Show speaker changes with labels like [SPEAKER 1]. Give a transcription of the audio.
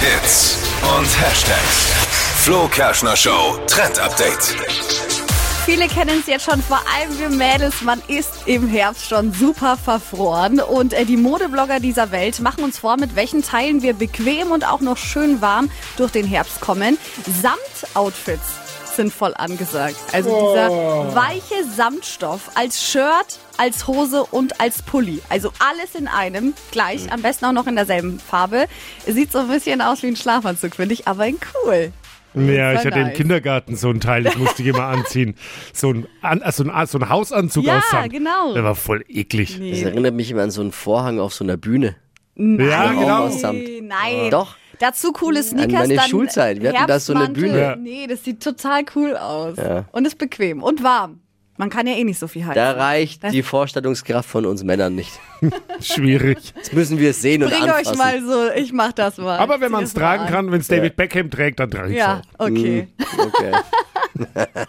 [SPEAKER 1] Hits und Hashtags. Flo Kerschner Show Trend Update.
[SPEAKER 2] Viele kennen es jetzt schon, vor allem wir Mädels. Man ist im Herbst schon super verfroren. Und äh, die Modeblogger dieser Welt machen uns vor, mit welchen Teilen wir bequem und auch noch schön warm durch den Herbst kommen. Samt-Outfits sind voll angesagt. Also dieser weiche Samtstoff als Shirt, als Hose und als Pulli. Also alles in einem, gleich, am besten auch noch in derselben Farbe. Sieht so ein bisschen aus wie ein Schlafanzug, finde ich, aber in cool.
[SPEAKER 3] Ja,
[SPEAKER 2] Voll
[SPEAKER 3] ich hatte im
[SPEAKER 2] nice.
[SPEAKER 3] Kindergarten so einen Teil, das musste ich immer anziehen. So ein, An äh, so ein, so ein Hausanzug
[SPEAKER 2] Ja,
[SPEAKER 3] aus Samt.
[SPEAKER 2] genau.
[SPEAKER 3] Der war voll eklig.
[SPEAKER 2] Nee.
[SPEAKER 4] Das erinnert mich immer an so einen Vorhang auf so einer Bühne.
[SPEAKER 2] Ah,
[SPEAKER 3] Ja,
[SPEAKER 4] Auch
[SPEAKER 3] genau.
[SPEAKER 4] aus Samt.
[SPEAKER 2] Nein.
[SPEAKER 4] Doch.
[SPEAKER 2] Dazu coole Sneakers.
[SPEAKER 4] meine
[SPEAKER 2] dann
[SPEAKER 4] Schulzeit. Wir hatten da so eine
[SPEAKER 2] Herbstmantel.
[SPEAKER 4] Bühne.
[SPEAKER 3] Ja.
[SPEAKER 2] Nee, das sieht total cool aus.
[SPEAKER 4] Ja.
[SPEAKER 2] Und ist bequem und warm. Man kann ja eh nicht so viel heizen.
[SPEAKER 4] Da reicht die Vorstellungskraft von uns Männern nicht.
[SPEAKER 3] Schwierig.
[SPEAKER 4] Jetzt müssen wir es sehen und
[SPEAKER 2] Bring
[SPEAKER 4] anfassen.
[SPEAKER 2] euch mal so, ich mach das mal.
[SPEAKER 3] Aber wenn
[SPEAKER 2] Zieh
[SPEAKER 3] man es
[SPEAKER 2] das mal
[SPEAKER 3] tragen halt-
[SPEAKER 2] an.
[SPEAKER 4] Mhm.
[SPEAKER 3] kann, wenn es David Beckham trägt, dann trage ich es
[SPEAKER 2] Ja,
[SPEAKER 3] auch.
[SPEAKER 2] okay.
[SPEAKER 4] Okay.